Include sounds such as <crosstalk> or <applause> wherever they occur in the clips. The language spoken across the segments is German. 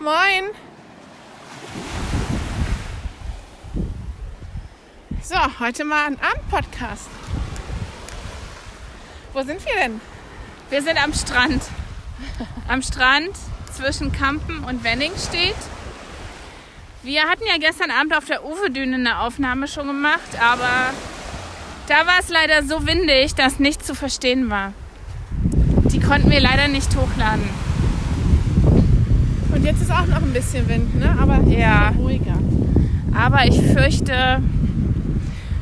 Moin. So, heute mal ein Abendpodcast. Wo sind wir denn? Wir sind am Strand. Am Strand zwischen Kampen und Wenning steht. Wir hatten ja gestern Abend auf der Uwe-Düne eine Aufnahme schon gemacht, aber da war es leider so windig, dass nichts zu verstehen war. Die konnten wir leider nicht hochladen. Und jetzt ist auch noch ein bisschen Wind, ne? Aber Ja. ruhiger. Aber ich fürchte,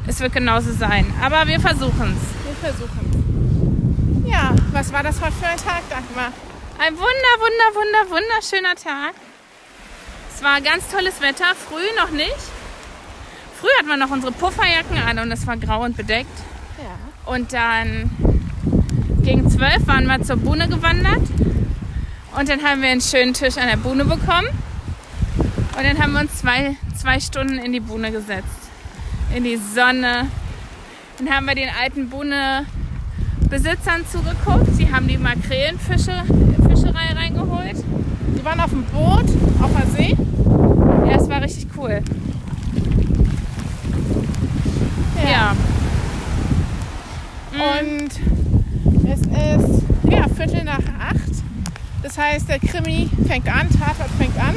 es wird genauso sein. Aber wir versuchen es. Wir versuchen. Ja, was war das heute für ein Tag, Dagmar? Ein wunder, wunder, wunder, wunderschöner Tag. Es war ganz tolles Wetter, früh noch nicht. Früh hatten wir noch unsere Pufferjacken an und es war grau und bedeckt. Ja. Und dann gegen zwölf waren wir zur Buhne gewandert. Und dann haben wir einen schönen Tisch an der Buhne bekommen. Und dann haben wir uns zwei, zwei Stunden in die Buhne gesetzt. In die Sonne. Dann haben wir den alten Buhne-Besitzern zugeguckt. Die haben die Makrelenfische Fischerei reingeholt. Die waren auf dem Boot, auf der See. Ja, es war richtig cool. Ja. Und es ist ja, Viertel nach acht. Das heißt, der Krimi fängt an, Tatort fängt an.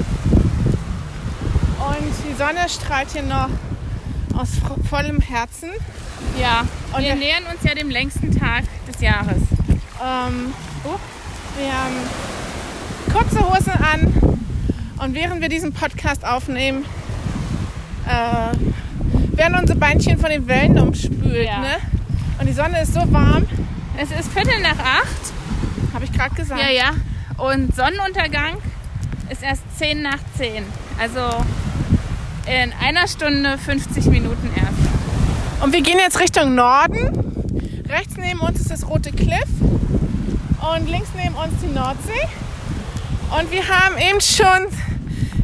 Und die Sonne strahlt hier noch aus vo- vollem Herzen. Ja. Und wir der- nähern uns ja dem längsten Tag des Jahres. Ähm, oh, wir haben kurze Hosen an. Und während wir diesen Podcast aufnehmen, äh, werden unsere Beinchen von den Wellen umspült. Ja. Ne? Und die Sonne ist so warm, Es ist Viertel nach acht. habe ich gerade gesagt. Ja, ja. Und Sonnenuntergang ist erst zehn nach zehn. Also in einer Stunde 50 Minuten erst. Und wir gehen jetzt Richtung Norden. Rechts neben uns ist das Rote Cliff und links neben uns die Nordsee. Und wir haben eben schon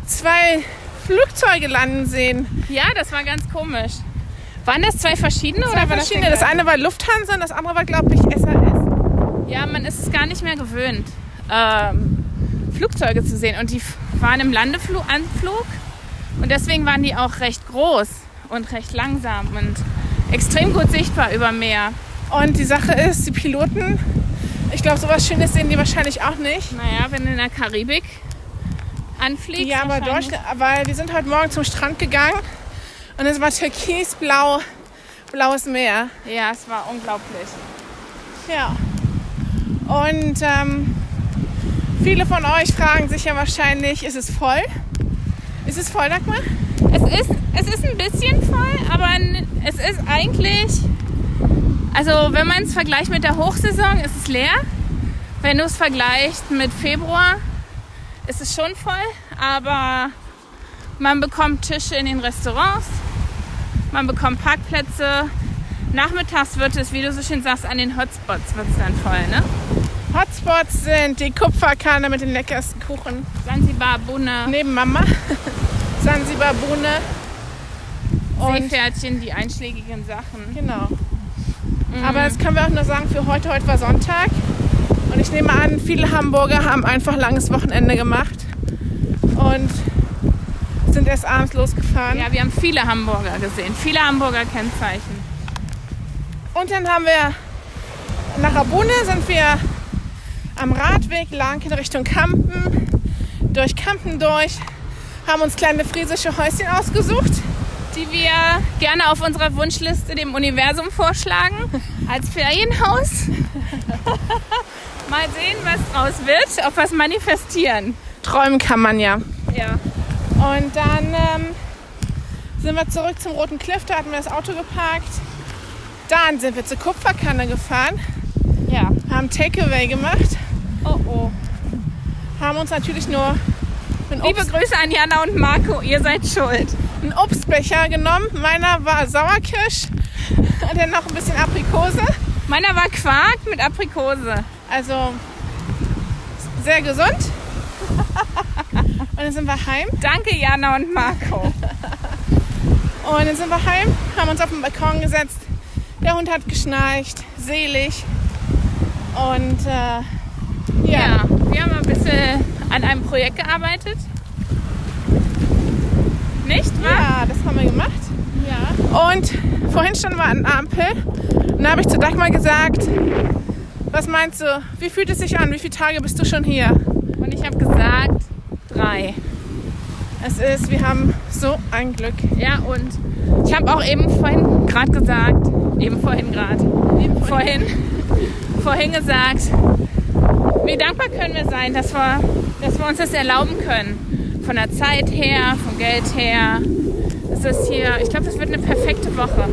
zwei Flugzeuge landen sehen. Ja, das war ganz komisch. Waren das zwei verschiedene Zwei oder war verschiedene. Das Das der eine war Lufthansa und das andere war, glaube ich, SAS. gleiche? ja, man ist es gar nicht mehr gewöhnt, ähm, Flugzeuge zu sehen. Und die f- waren im Landeanflug und deswegen waren die auch recht groß und recht langsam und extrem gut sichtbar über Meer. Und die Sache ist, die Piloten, ich glaube, sowas Schönes sehen die wahrscheinlich auch nicht. Naja, wenn du in der Karibik anfliegst. Ja, aber wahrscheinlich. Deutschland, weil wir sind heute Morgen zum Strand gegangen und es war türkisblau, blaues Meer. Ja, es war unglaublich. Ja. Und ähm, viele von euch fragen sich ja wahrscheinlich, ist es voll? Ist es voll, Dagmar? Es ist, es ist ein bisschen voll, aber n- es ist eigentlich. Also, wenn man es vergleicht mit der Hochsaison, ist es leer. Wenn du es vergleichst mit Februar, ist es schon voll, aber man bekommt Tische in den Restaurants, man bekommt Parkplätze. Nachmittags wird es, wie du so schön sagst, an den Hotspots wird es dann voll, ne? Hotspots sind die Kupferkanne mit den leckersten Kuchen. Sansibar, Bune, Neben Mama. <laughs> Sansibar Bohne. Und Seepferdchen, die einschlägigen Sachen. genau. Aber das können wir auch nur sagen für heute. Heute war Sonntag. Und ich nehme an, viele Hamburger haben einfach langes Wochenende gemacht. Und sind erst abends losgefahren. Ja, wir haben viele Hamburger gesehen, viele Hamburger Kennzeichen. Und dann haben wir nach Rabune sind wir am Radweg lang in Richtung Kampen, durch Kampen durch, haben uns kleine friesische Häuschen ausgesucht. Die wir gerne auf unserer Wunschliste dem Universum vorschlagen, als Ferienhaus. Mal sehen, was draus wird, ob wir es manifestieren. Träumen kann man ja. Ja. Und dann ähm, sind wir zurück zum Roten Cliff, da hatten wir das Auto geparkt. Dann sind wir zur Kupferkanne gefahren, Ja. haben Takeaway gemacht, Oh oh. haben uns natürlich nur einen, Liebe Obst, Grüße an Jana und Marco, ihr seid schuld. einen Obstbecher genommen. Meiner war Sauerkirsch und dann noch ein bisschen Aprikose. Meiner war Quark mit Aprikose. Also sehr gesund. <laughs> Und dann sind wir heim. Danke, Jana und Marco. Und dann sind wir heim, haben uns auf den Balkon gesetzt. Der Hund hat geschnarcht, selig. Und äh, ja, Ja, wir haben ein bisschen an einem Projekt gearbeitet. nicht wahr? Ja, das haben wir gemacht. Ja. Und vorhin standen wir an der Ampel. Und da habe ich zu Dagmar gesagt, was meinst du, wie fühlt es sich an? Wie viele Tage bist du schon hier? Und ich habe gesagt, drei. Es ist, wir haben so ein Glück. Ja, und ich habe auch eben vorhin gerade gesagt, eben vorhin gerade, vorhin, vorhin gesagt, wie dankbar können wir sein, dass wir, dass wir uns das erlauben können. Von der Zeit her, vom Geld her. Es ist hier, ich glaube, das wird eine perfekte Woche.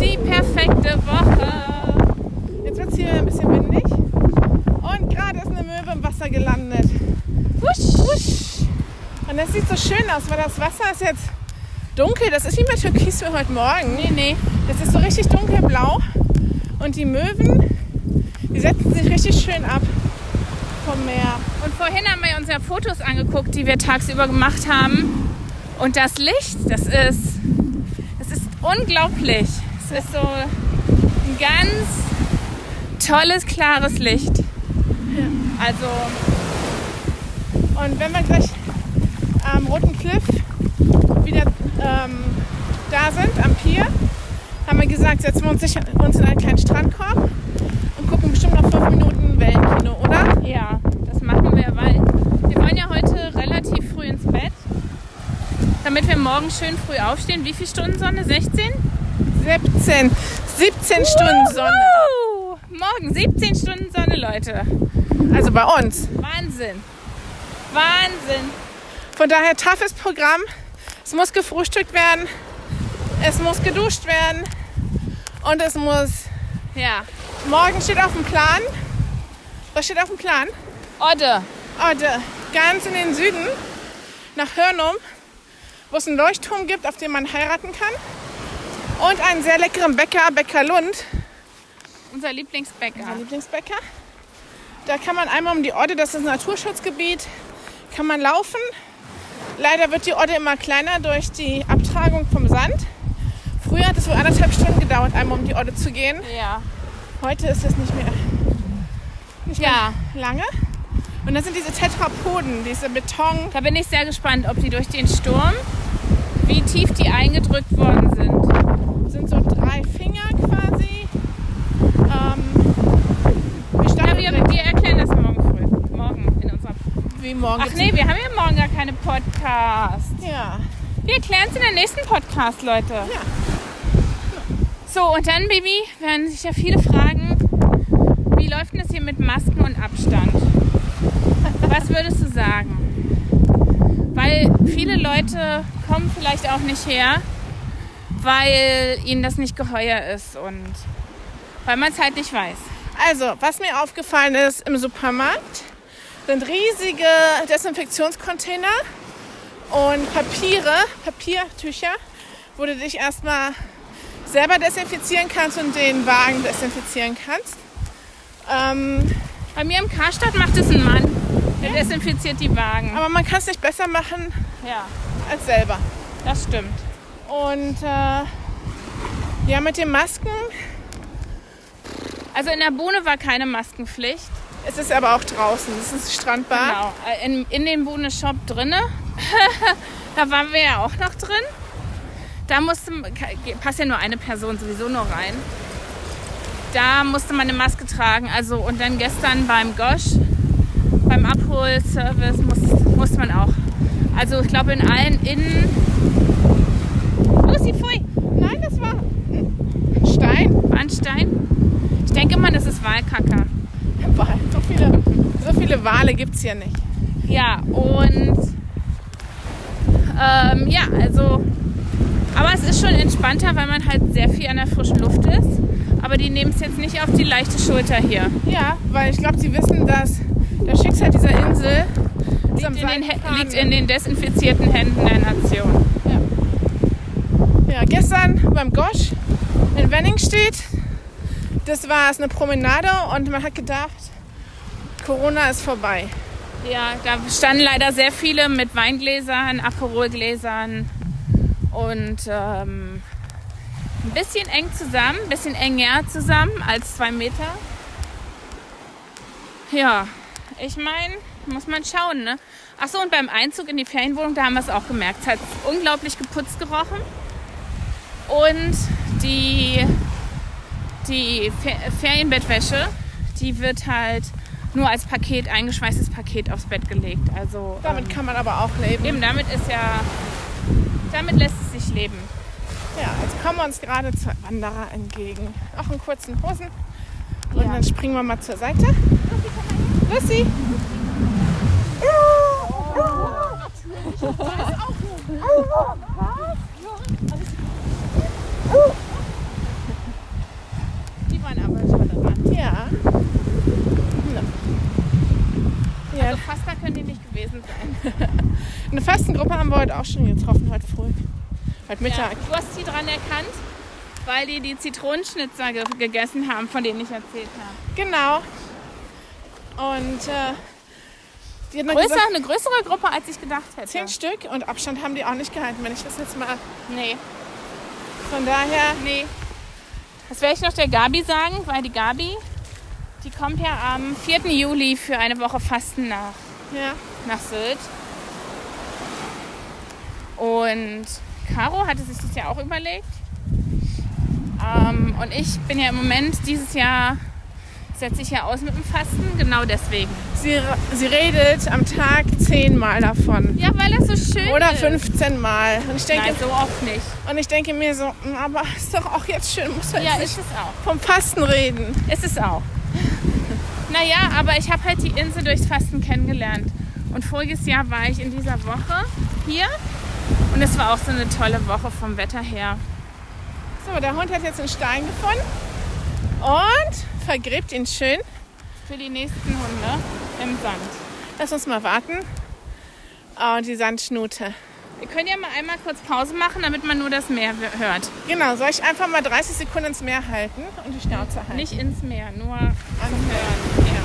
Die perfekte Woche. Jetzt wird es hier ein bisschen windig. Und gerade ist eine Möwe im Wasser gelandet. Wusch. Und das sieht so schön aus, weil das Wasser ist jetzt dunkel. Das ist nicht mehr türkis wie heute Morgen. Nee, nee. Das ist so richtig dunkelblau. Und die Möwen, die setzen sich richtig schön ab vom Meer. Und vorhin haben wir uns ja Fotos angeguckt, die wir tagsüber gemacht haben. Und das Licht, das ist, das ist unglaublich. Es ist so ein ganz tolles, klares Licht. Also, Und wenn wir gleich am Roten Cliff wieder ähm, da sind, am Pier, haben wir gesagt, setzen wir uns, sich, uns in einen kleinen Strandkorb und gucken bestimmt noch fünf Minuten Wellenkino, oder? ja, das machen wir, weil wir wollen ja heute relativ früh ins Bett, damit wir morgen schön früh aufstehen. Wie viel Stunden Sonne? 16? 17, 17 Stunden Sonne. Wuhu! Morgen 17 Stunden Sonne, Leute. Also bei uns. Wahnsinn. Wahnsinn. Von daher toughes Programm. Es muss gefrühstückt werden, es muss geduscht werden und es muss. Ja. Morgen steht auf dem Plan. Was steht auf dem Plan? Odde. Orte ganz in den Süden nach Hörnum, wo es einen Leuchtturm gibt, auf dem man heiraten kann. Und einen sehr leckeren Bäcker, Bäcker Lund, Unser Lieblingsbäcker. mein Lieblingsbäcker. Da kann man einmal um die Orte, das ist ein Naturschutzgebiet, kann man laufen. Leider wird die Orte immer kleiner durch die Abtragung vom Sand. Früher hat es wohl anderthalb Stunden gedauert, einmal um die Orte zu gehen. Ja. Heute ist es nicht mehr Ja, lange. Und das sind diese Tetrapoden, diese Beton. da bin ich sehr gespannt, ob die durch den Sturm, wie tief die eingedrückt worden sind. sind so drei Finger quasi. Ähm, wir Ja, starten wir, wir erklären das morgen früh. Morgen in unserer. wie morgen. Ach nee, wir haben ja morgen gar keine Podcast. Ja. Wir erklären es in der nächsten Podcast, Leute. Ja. So, und dann, Baby, werden sich ja viele fragen, wie läuft denn das hier mit Masken und Abstand? Was würdest du sagen? Weil viele Leute kommen vielleicht auch nicht her, weil ihnen das nicht geheuer ist und weil man es halt nicht weiß. Also, was mir aufgefallen ist im Supermarkt, sind riesige Desinfektionscontainer und Papiere, Papiertücher, wo du dich erstmal selber desinfizieren kannst und den Wagen desinfizieren kannst. Ähm, Bei mir im Karstadt macht es ein Mann. Der desinfiziert die Wagen. aber man kann es nicht besser machen Ja, als selber. das stimmt. Und äh, ja, mit den Masken Also in der Bohne war keine Maskenpflicht. Es ist aber auch draußen, es ist Strandbad. Genau, äh, in, in dem Bohne Shop drinne. <laughs> da waren wir ja auch noch drin. Da musste, passt ja nur eine Person sowieso nur rein. Da musste man eine Maske tragen. Also, und dann gestern beim Gosch, beim Abholservice, muss, musste man auch. Also, ich glaube, in allen Innen. Lucy, pfui! Nein, das war ein Stein. <laughs> Bahnstein. Ich denke mal, das ist Wahlkacker. Wal. So viele, so viele Wale gibt es hier nicht. Ja, und ähm, ja, also, aber es ist schon entspannter, weil man halt sehr viel an der frischen Luft ist. Aber die nehmen es jetzt nicht auf die leichte Schulter hier. Ja, weil ich glaube, sie wissen, dass das Schicksal dieser Insel liegt In den, Hä- liegt in den desinfizierten Händen der Nation. Ja, gestern beim Gosch in Wenningstedt, das war es eine Promenade und man hat gedacht, Corona ist vorbei. Ja, da standen leider sehr viele mit Weingläsern, Aperolgläsern und ähm, ein bisschen eng zusammen, ein bisschen enger zusammen als zwei Meter. Ja, ich meine, muss man schauen, ne? Ach so, und beim Einzug in die Ferienwohnung, da haben wir es auch gemerkt. Es hat unglaublich geputzt gerochen. Und die, die Fe- Ferienbettwäsche, die wird halt nur als Paket, eingeschweißtes Paket aufs Bett gelegt. Also Damit kann man aber auch leben. ähm, eben damit ist ja, damit lässt es sich leben. Ja, jetzt kommen wir uns gerade zwei Wanderer entgegen. Auch in kurzen Hosen. Und Ja. dann springen wir mal zur Seite. Lucy! Die waren aber tolerant. Ja. Ja. Also fast da können die nicht gewesen sein. Eine Fastengruppe haben wir heute auch schon getroffen, heute früh. Ja. Heute Mittag. Du hast die dran erkannt, weil die die Zitronenschnitzer ge gegessen haben, von denen ich erzählt habe. Genau. Und äh, die hat noch Größer, gesagt, eine größere Gruppe, als ich gedacht hätte. zehn Stück und Abstand haben die auch nicht gehalten, wenn ich das jetzt mal. Nee, Von daher, nee. Das werde ich noch der Gabi sagen, weil die Gabi, die kommt ja am 4. Juli für eine Woche Fasten nach, ja. nach Sylt. Und Caro hatte sich das ja auch überlegt. Ähm, und ich bin ja im Moment dieses Jahr, setze ich ja aus mit dem Fasten, genau deswegen. Sie, sie redet am Tag zehnmal davon. Ja, weil das so schön Oder ist. 15 Mal. Und ich denke, Nein, so oft nicht. und ich denke mir so, "Mm, aber ist doch auch jetzt schön, muss man Ja, jetzt ist nicht es auch. vom Fasten reden. Ist es auch. Naja, aber ich habe halt die Insel durchs Fasten kennengelernt. Und voriges Jahr war ich in dieser Woche hier. Und es war auch so eine tolle Woche vom Wetter her. So, der Hund hat jetzt einen Stein gefunden und vergräbt ihn schön. Für die nächsten Hunde im Sand. Lass uns mal warten. Ah, Und die Sandschnute. Wir können ja mal einmal kurz Pause machen, damit man nur das Meer w- hört. Genau, soll ich einfach mal 30 Sekunden ins Meer halten und die Schnauze halten? Nicht ins Meer, nur zum Anhören. Hören. Ja.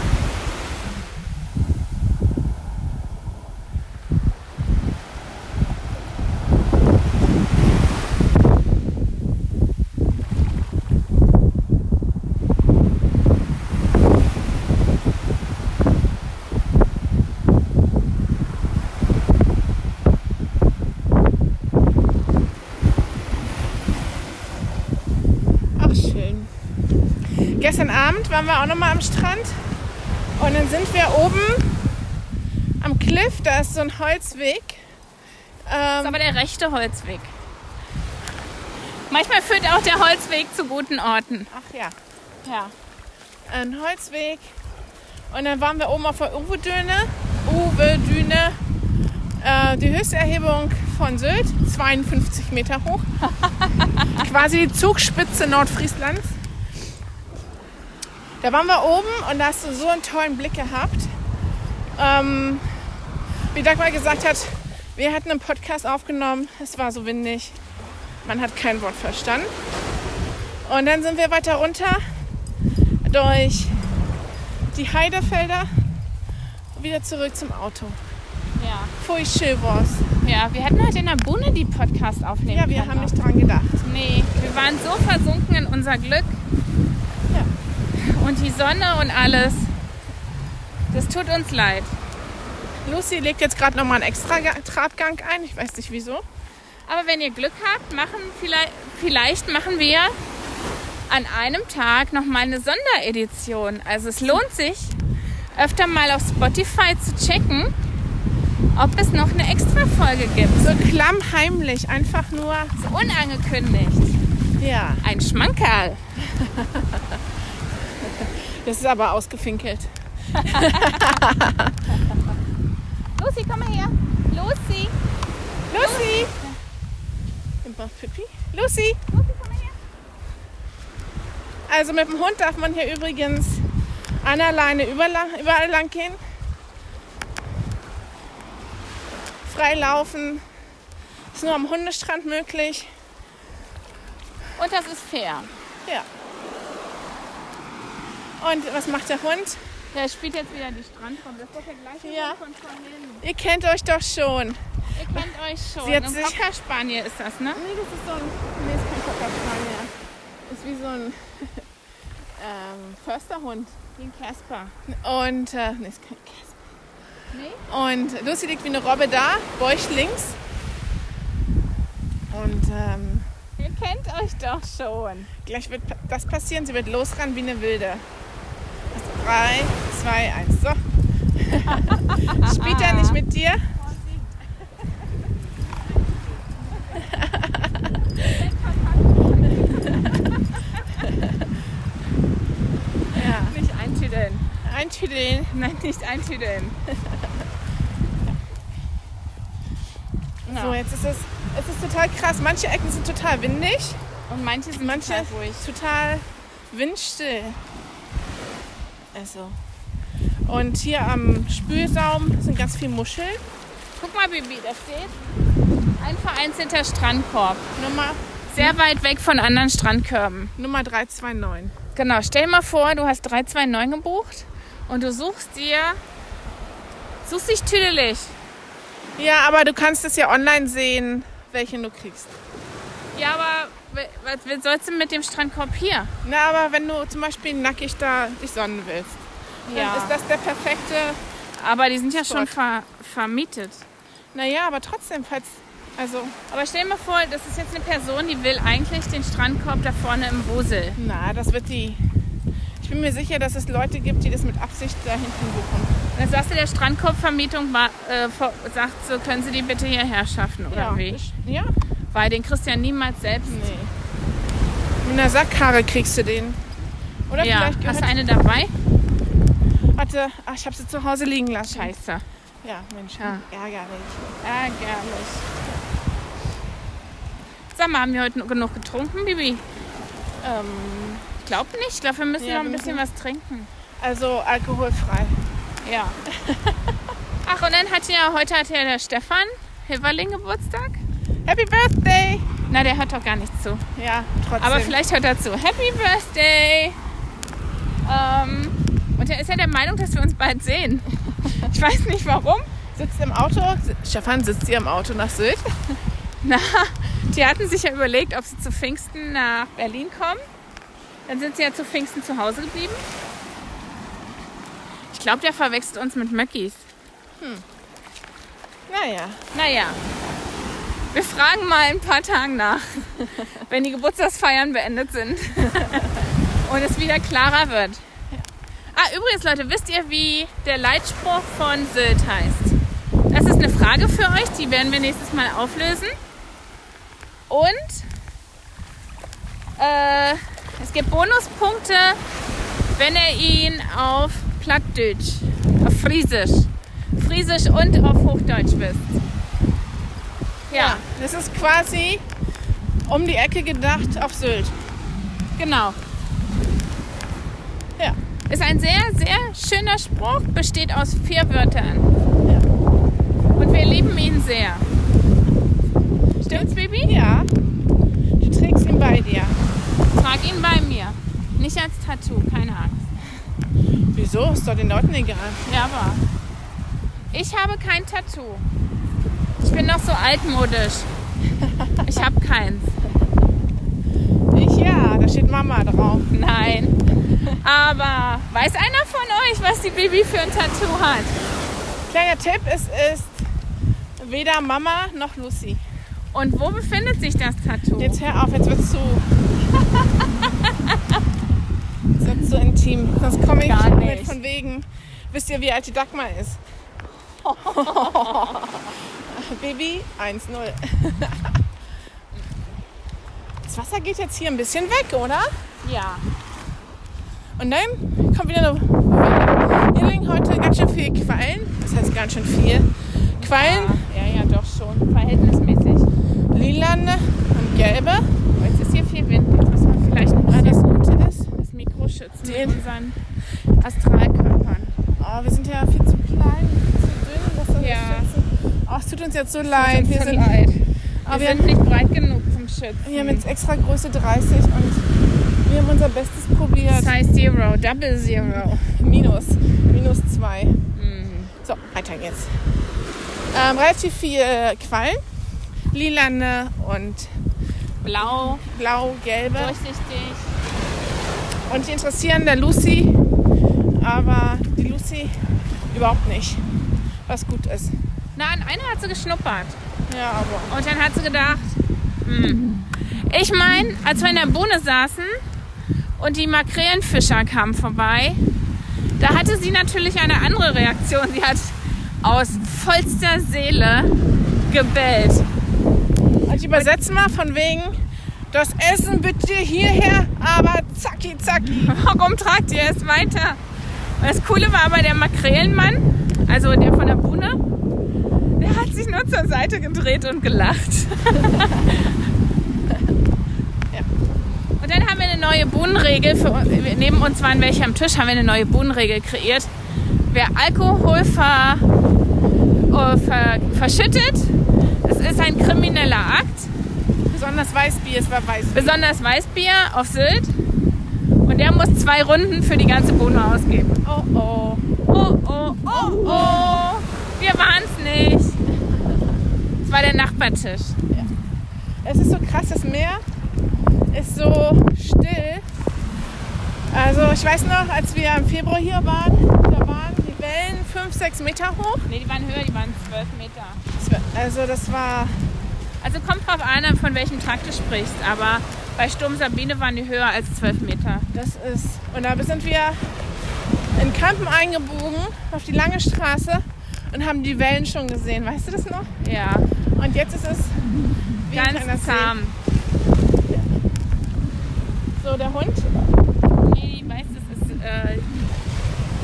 Auch schön. Gestern Abend waren wir auch nochmal am Strand und dann sind wir oben am Cliff, da ist so ein Holzweg. ist Ähm, aber der rechte Holzweg. Manchmal führt auch der Holzweg zu guten Orten. ach ja, Ja. ein Holzweg. Und dann waren wir oben auf der Uwe-Düne, Uwe-Düne, äh, die Höchsterhebung von Sylt, 52 Meter hoch. Quasi die Zugspitze Nordfrieslands. Da waren wir oben und da hast du so einen tollen Blick gehabt. Ähm, wie Dagmar gesagt hat, wir hatten einen Podcast aufgenommen, es war so windig, man hat kein Wort verstanden. Und dann sind wir weiter runter durch die Heidefelder wieder zurück zum Auto. Ja. Pfui Schilbors. Ja, wir hätten heute in der Bühne die Podcast aufnehmen Ja, wir können. haben nicht dran gedacht. Nee, wir waren so versunken in unser Glück. Ja. Und die Sonne und alles. Das tut uns leid. Lucy legt jetzt gerade nochmal einen extra Ga- Trabgang ein. Ich weiß nicht wieso. Aber wenn ihr Glück habt, machen vielleicht, vielleicht machen wir an einem Tag nochmal eine Sonderedition. Also es lohnt sich, öfter mal auf Spotify zu checken, ob es noch eine Extra-Folge gibt. So klammheimlich, einfach nur. Unangekündigt. Ja. Ein Schmankerl. Das ist aber ausgefinkelt. Lucy, komm mal her. Lucy. Lucy! Immer Pipi. Lucy! Lucy, komm mal her. Also mit dem Hund darf man hier übrigens an der Leine überla- überall lang gehen. Frei laufen. Ist nur am Hundestrand möglich. Und das ist fair. Ja. Und was macht der Hund? Der spielt jetzt wieder die Strandrunde. Das ist doch der gleiche Ja. Hund von vorhin. Ihr kennt euch doch schon. Ihr kennt euch schon. Sie hat Ein sich- Cocker Spaniel ist das, ne? Nee, das ist so ein. Nee, ist kein Cocker Spaniel. Ist wie so ein <laughs> ähm, Försterhund. Den Casper. Und äh, nee, ist kein Käse. Und Lucy liegt wie eine Robbe da, Bäuch links. Und ähm, Ihr kennt euch doch schon. gleich wird pa- das passieren. Sie wird losrennen wie eine Wilde. Also drei, zwei, eins. So. <laughs> Spielt er nicht mit dir? <laughs> ja. Nicht eintüdeln. Eintüdeln. Nein, nicht eintüdeln. So, jetzt ist es, es ist total krass. Manche Ecken sind total windig, Und manche sind manche total ruhig. total windstill. Also. Und hier am Spülsaum sind ganz viele Muscheln. Guck mal, Bibi, da steht ein vereinzelter Strandkorb. Nummer, Sehr weit weg von anderen Strandkörben. Nummer 329. Genau, stell mal vor, du hast 329 gebucht und du suchst dir. Suchst dich tüdelig. Ja, aber du kannst es ja online sehen, welchen du kriegst. Ja, aber we- was was sollst du mit dem Strandkorb hier? Na, aber wenn du zum Beispiel nackig da dich sonnen willst, dann ist das der perfekte. aber die sind ja schon Zurück. ver, vermietet. Naja, aber trotzdem, falls. Also, Aber stell dir mal vor, das ist jetzt eine Person, die will eigentlich den Strandkorb da vorne im Wosel. na, das wird die. Ich bin mir sicher, dass es Leute gibt, die das mit Absicht da hinten buchen. Und dann sagst du der Strandkorbvermietung wa- äh, vor- sagt so, können Sie die bitte hierher schaffen oder Ja, wie? ich- ja. Weil den Christian niemals selbst. Nee. Mit einer Sackkarre kriegst du den. Oder Ja, vielleicht hast gehört. du eine dabei? Warte, ach, ich habe sie zu Hause liegen lassen. Scheiße. Ah. Ja, Mensch, Ja. ärgerlich. Ärgerlich. Sag mal, haben wir heute genug getrunken, Bibi? Ähm, Ich glaube nicht. Ich glaube, wir müssen Ja, noch ein wir bisschen was trinken. also alkoholfrei. Ja. Ach, und dann hat ja, heute hat ja der Stefan Hilverling Geburtstag. Happy Birthday! Na, der hört doch gar nicht zu. Ja, trotzdem. Aber vielleicht hört er zu. Happy Birthday! Ähm, und er ist ja der Meinung, dass wir uns bald sehen. Ich weiß nicht warum. sitzt im Auto. Stefan sitzt hier im Auto nach Sylt. Na, <laughs> die hatten sich ja überlegt, ob sie zu Pfingsten nach Berlin kommen. Dann sind sie ja zu Pfingsten zu Hause geblieben. Ich glaube, der verwechselt uns mit Möckis. Naja, Naja, wir fragen mal in ein paar Tagen nach, wenn die Geburtstagsfeiern beendet sind und es wieder klarer wird. Ah, übrigens, Leute, wisst ihr, wie der Leitspruch von Sylt heißt? Das ist eine Frage für euch, die werden wir nächstes Mal auflösen. Und äh, es gibt Bonuspunkte, wenn ihr ihn auf Plattdeutsch, auf Friesisch, Friesisch und auf Hochdeutsch wisst. ja. das ist quasi um die Ecke gedacht auf Sylt. Genau. Ja. Ist ein sehr, sehr schöner Spruch, besteht aus vier Wörtern. Und wir lieben ihn sehr. Stimmt's, Baby? Ja, du trägst ihn bei dir. Trag ihn bei mir. Nicht als Tattoo, keine Angst. Wieso? Ist doch den Leuten egal. Ja, aber. Ich habe kein Tattoo. Ich bin noch so altmodisch. Ich habe keins. Ich ja, da steht Mama drauf. Nein. Aber weiß einer von euch, was die Baby für ein Tattoo hat? Kleiner Tipp, es ist weder Mama noch Lucy. Und wo befindet sich das Tattoo? Jetzt hör auf, jetzt <laughs> wird's zu. Jetzt wird's zu intim. Sonst komme ich Gar nicht. mit von wegen. Wisst ihr, wie alt die Dagmar <laughs> ist? Baby 1-0. Das Wasser geht jetzt hier ein bisschen weg, oder? Ja. Und dann kommt wieder eine Welle. Hier liegen heute ganz schön viel Quallen. Das heißt ganz schön viel. Quallen, Ja, ja, doch schon. Verhältnismäßig. lilane und gelbe. Oh, Jetzt ist hier viel Wind. Jetzt müssen wir vielleicht ein Ah, bisschen das Gute ist, das Mikro schützen Den- mit unseren Astralkörpern. Oh, wir sind ja viel zu klein, zu dünn, dass wir Ja. das schützen. Oh, es tut uns jetzt so leid. Wir sind, leid. aber wir wir, sind nicht breit genug zum Schützen. wir haben jetzt extra Größe 30 und wir haben unser Bestes probiert. Size Zero, Double Zero. Minus, minus 2. Mhm. So, weiter geht's. Ähm, relativ viel Quallen. Lilane und Blau, blau-gelbe. durchsichtig. Und die interessieren der Lucy, aber die Lucy überhaupt nicht. was gut ist. Na, an einer hat sie geschnuppert. Ja, aber. Und dann hat sie gedacht, hm. ich meine, als wir in der Bohne saßen und die Makrelenfischer kamen vorbei, da hatte sie natürlich eine andere Reaktion. Sie hat aus vollster Seele gebellt. Und ich übersetze mal von wegen, das Essen bitte hierher, aber zacki zacki. <laughs> Warum tragt ihr es weiter? Und das Coole war aber der Makrelenmann, also der von der Bune, der hat sich nur zur Seite gedreht und gelacht. <laughs> Und dann haben wir eine neue Bohnenregel. Für, neben uns waren welche am Tisch, haben wir eine neue Bohnenregel kreiert. Wer Alkohol ver, äh, ver, verschüttet, das ist ein krimineller Akt. Besonders Weißbier, es war Weißbier. Besonders Weißbier auf Sylt. Und der muss zwei Runden für die ganze Bohne ausgeben. Oh oh. Oh, oh, oh, oh. Wir waren's nicht. Es war der Nachbartisch. Es ist so krass, das Meer ist so still. Also ich weiß noch, als wir im Februar hier waren, da waren die Wellen 5, 6 Meter hoch. Ne, die waren höher, die waren zwölf Meter. Das war- Also das war, Also kommt drauf an, von welchem Trakt du sprichst, aber bei Sturm Sabine waren die höher als 12 Meter. das ist, und da sind wir in Kampen eingebogen auf die lange Straße und haben die Wellen schon gesehen. Weißt du das noch? Ja, Und jetzt ist es wie ein kleiner ganz See. zahm. So, der Hund. Nee, die weiß, das ist. Äh,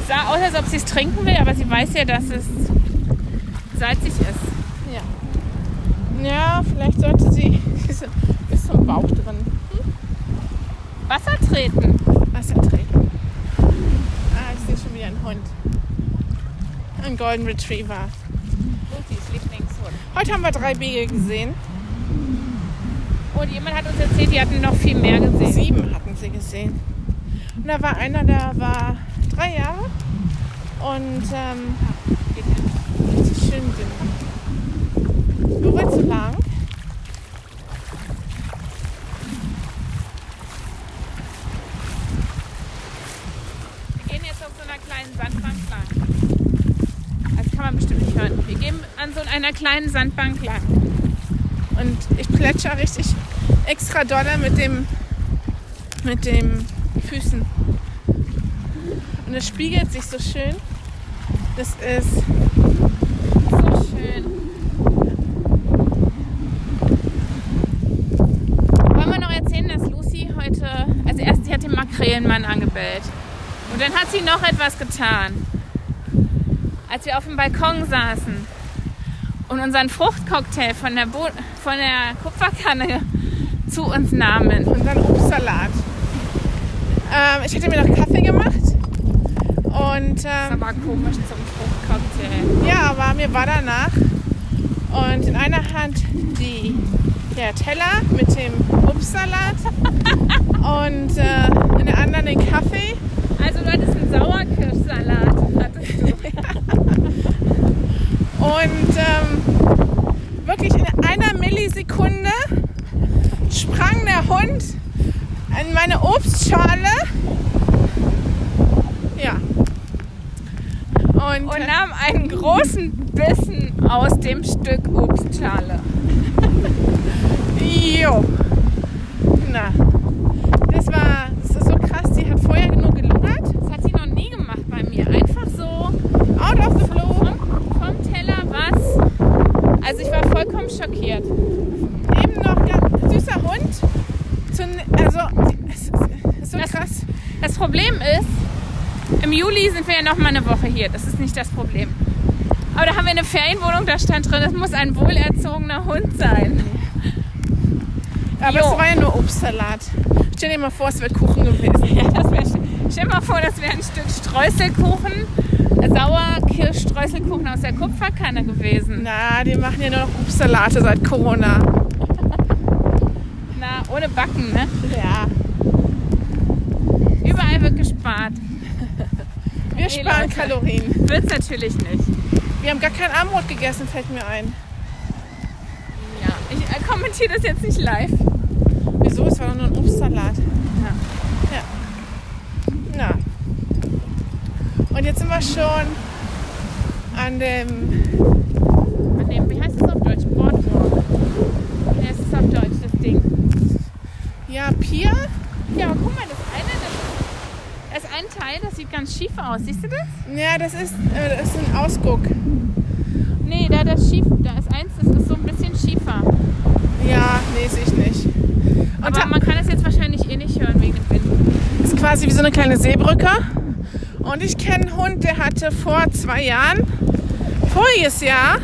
sah aus, als ob sie es trinken will, aber sie weiß ja, dass es salzig ist. Ja. Ja, vielleicht sollte sie <laughs> sie ist bis zum Bauch drin. Wasser treten. Was ertreten. Ah, ich sehe schon wieder einen Hund. Ein Golden Retriever. Gut, sie ist Lieblingshund. Heute haben wir drei Beagle gesehen. Und jemand hat uns erzählt, die hatten noch viel mehr gesehen. Sieben hatten sie gesehen. Und da war einer, der war drei Jahre und ähm, richtig schön dünn. Du willst so lang? Wir gehen jetzt auf so einer kleinen Sandbank lang. Das kann man bestimmt nicht hören. Wir gehen an so einer kleinen Sandbank lang. Und ich plätscher richtig extra dolle mit dem mit den Füßen. Und es spiegelt sich so schön. Das ist So schön. Wollen wir noch erzählen, dass Lucy heute, also erst sie hat den Makrelenmann angebellt. Und dann hat sie noch etwas getan. Als wir auf dem Balkon saßen und unseren Fruchtcocktail von der, Bo von der Kupferkanne zu uns nahmen. und dann Obstsalat. Ähm, ich hätte mir noch Kaffee gemacht. Und Das ähm, war komisch zum Fruchtcocktail. ja, aber mir war danach. Und in einer Hand die, der Teller mit dem Obstsalat und äh, in der anderen den Kaffee. Also du hattest einen Sauerkirschsalat, hattest du. Und ähm, wirklich in einer Millisekunde sprang der Hund an meine Obstschale. Ja. Und, und nahm einen großen Bissen aus dem Stück Obstschale. jo. Na. Das war das ist so krass. Die hat vorher genug gelungert. Das hat sie noch nie gemacht bei mir. Einfach so Out of the blue. vom, vom Teller was. Also ich war vollkommen schockiert. Eben noch der süßer Hund. Zu, also, es ist- es ist so Das- krass. Das Problem ist, im Juli sind wir ja noch mal eine Woche hier. Das ist nicht das Problem. Aber da haben wir eine Ferienwohnung, da stand drin, es muss ein wohlerzogener Hund sein. <laughs> Aber Jo. es war ja nur Obstsalat. Stell dir mal vor, es wäre Kuchen gewesen. Ja, das wär, sch- stell dir mal vor, das wäre ein Stück Streuselkuchen, Sauerkirschstreuselkuchen aus der Kupferkanne gewesen. Na, die machen ja nur noch Obstsalate seit Corona. Na, ohne Backen, ne? Ja. Überall wird gespart. Wir Nee, sparen Leute. Kalorien. Wird's natürlich nicht. Wir haben gar kein Armbrot gegessen, fällt mir ein. Ja. Ich äh, kommentiere das jetzt nicht live. Wieso? Es war doch nur ein Obstsalat. Ja. Ja. Na. Und jetzt sind wir schon an dem, An dem, wie heißt es auf Deutsch? Boardwalk. Wie heißt es auf Deutsch, das Ding? ja, Pier. Ja, aber guck mal, das eine, das, das ist ein Teil, das sieht ganz schief aus. Siehst du das? Ja, das ist, äh, das ist ein Ausguck. Nee, da das schief, da ist eins, das ist so ein bisschen schiefer. Ja, nee, sehe ich nicht. Und Aber da- man kann das jetzt wahrscheinlich eh nicht hören wegen dem Wind. ist quasi wie so eine kleine Seebrücke. Und ich kenne einen Hund, der hatte vor zwei Jahren, voriges Jahr,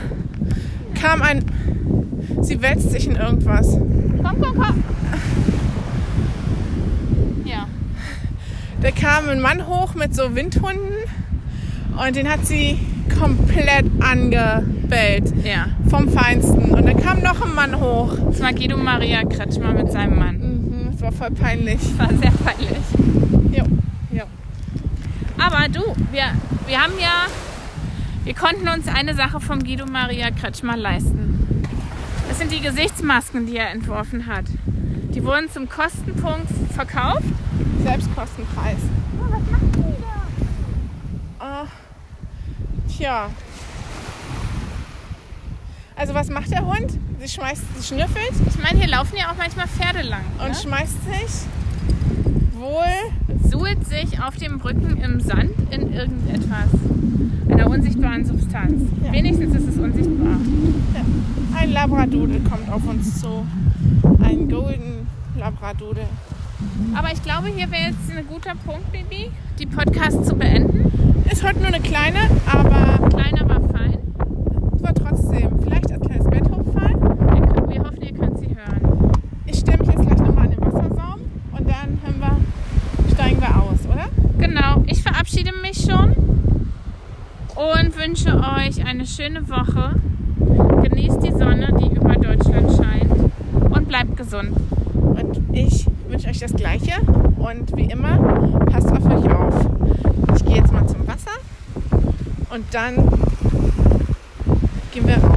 kam ein. Sie wälzt sich in irgendwas. Komm, komm, komm. Ja. Da kam ein Mann hoch mit so Windhunden und den hat sie komplett angebellt. Ja. Vom Feinsten. Und dann kam noch ein Mann hoch. Das war Guido Maria Kretschmer mit seinem Mann. Mhm, das war voll peinlich. War sehr peinlich. Jo, jo. Aber du, wir, wir haben ja, wir konnten uns eine Sache vom Guido Maria Kretschmer leisten. Das sind die Gesichtsmasken, die er entworfen hat. Die wurden zum Kostenpunkt verkauft. Selbstkostenpreis. Oh, was machen die da? Ah, tja. Also was macht der Hund? Sie schmeißt, sie schnüffelt Ich meine, hier laufen ja auch manchmal Pferde lang. und ne? schmeißt sich wohl. suhlt sich auf dem Rücken im Sand in irgendetwas. Einer unsichtbaren Substanz. Ja. Wenigstens ist es unsichtbar. Ein Labradudel kommt auf uns zu. Ein Golden Labradudel. Aber ich glaube, hier wäre jetzt ein guter Punkt, Baby, die Podcasts zu beenden. Ist heute nur eine kleine, aber Kleiner war fein. es war trotzdem vielleicht ein kleines Betthofall. Wir, können, wir hoffen, ihr könnt sie hören. Ich stelle mich jetzt gleich nochmal an den Wassersaum und dann hören wir, steigen wir aus, oder? Genau, ich verabschiede mich schon und wünsche euch eine schöne Woche. Genießt die Sonne, die über Deutschland scheint und bleibt gesund. Und ich wünsche euch das Gleiche. Und wie immer, passt auf euch auf. Ich gehe jetzt mal zum Wasser und dann gehen wir raus.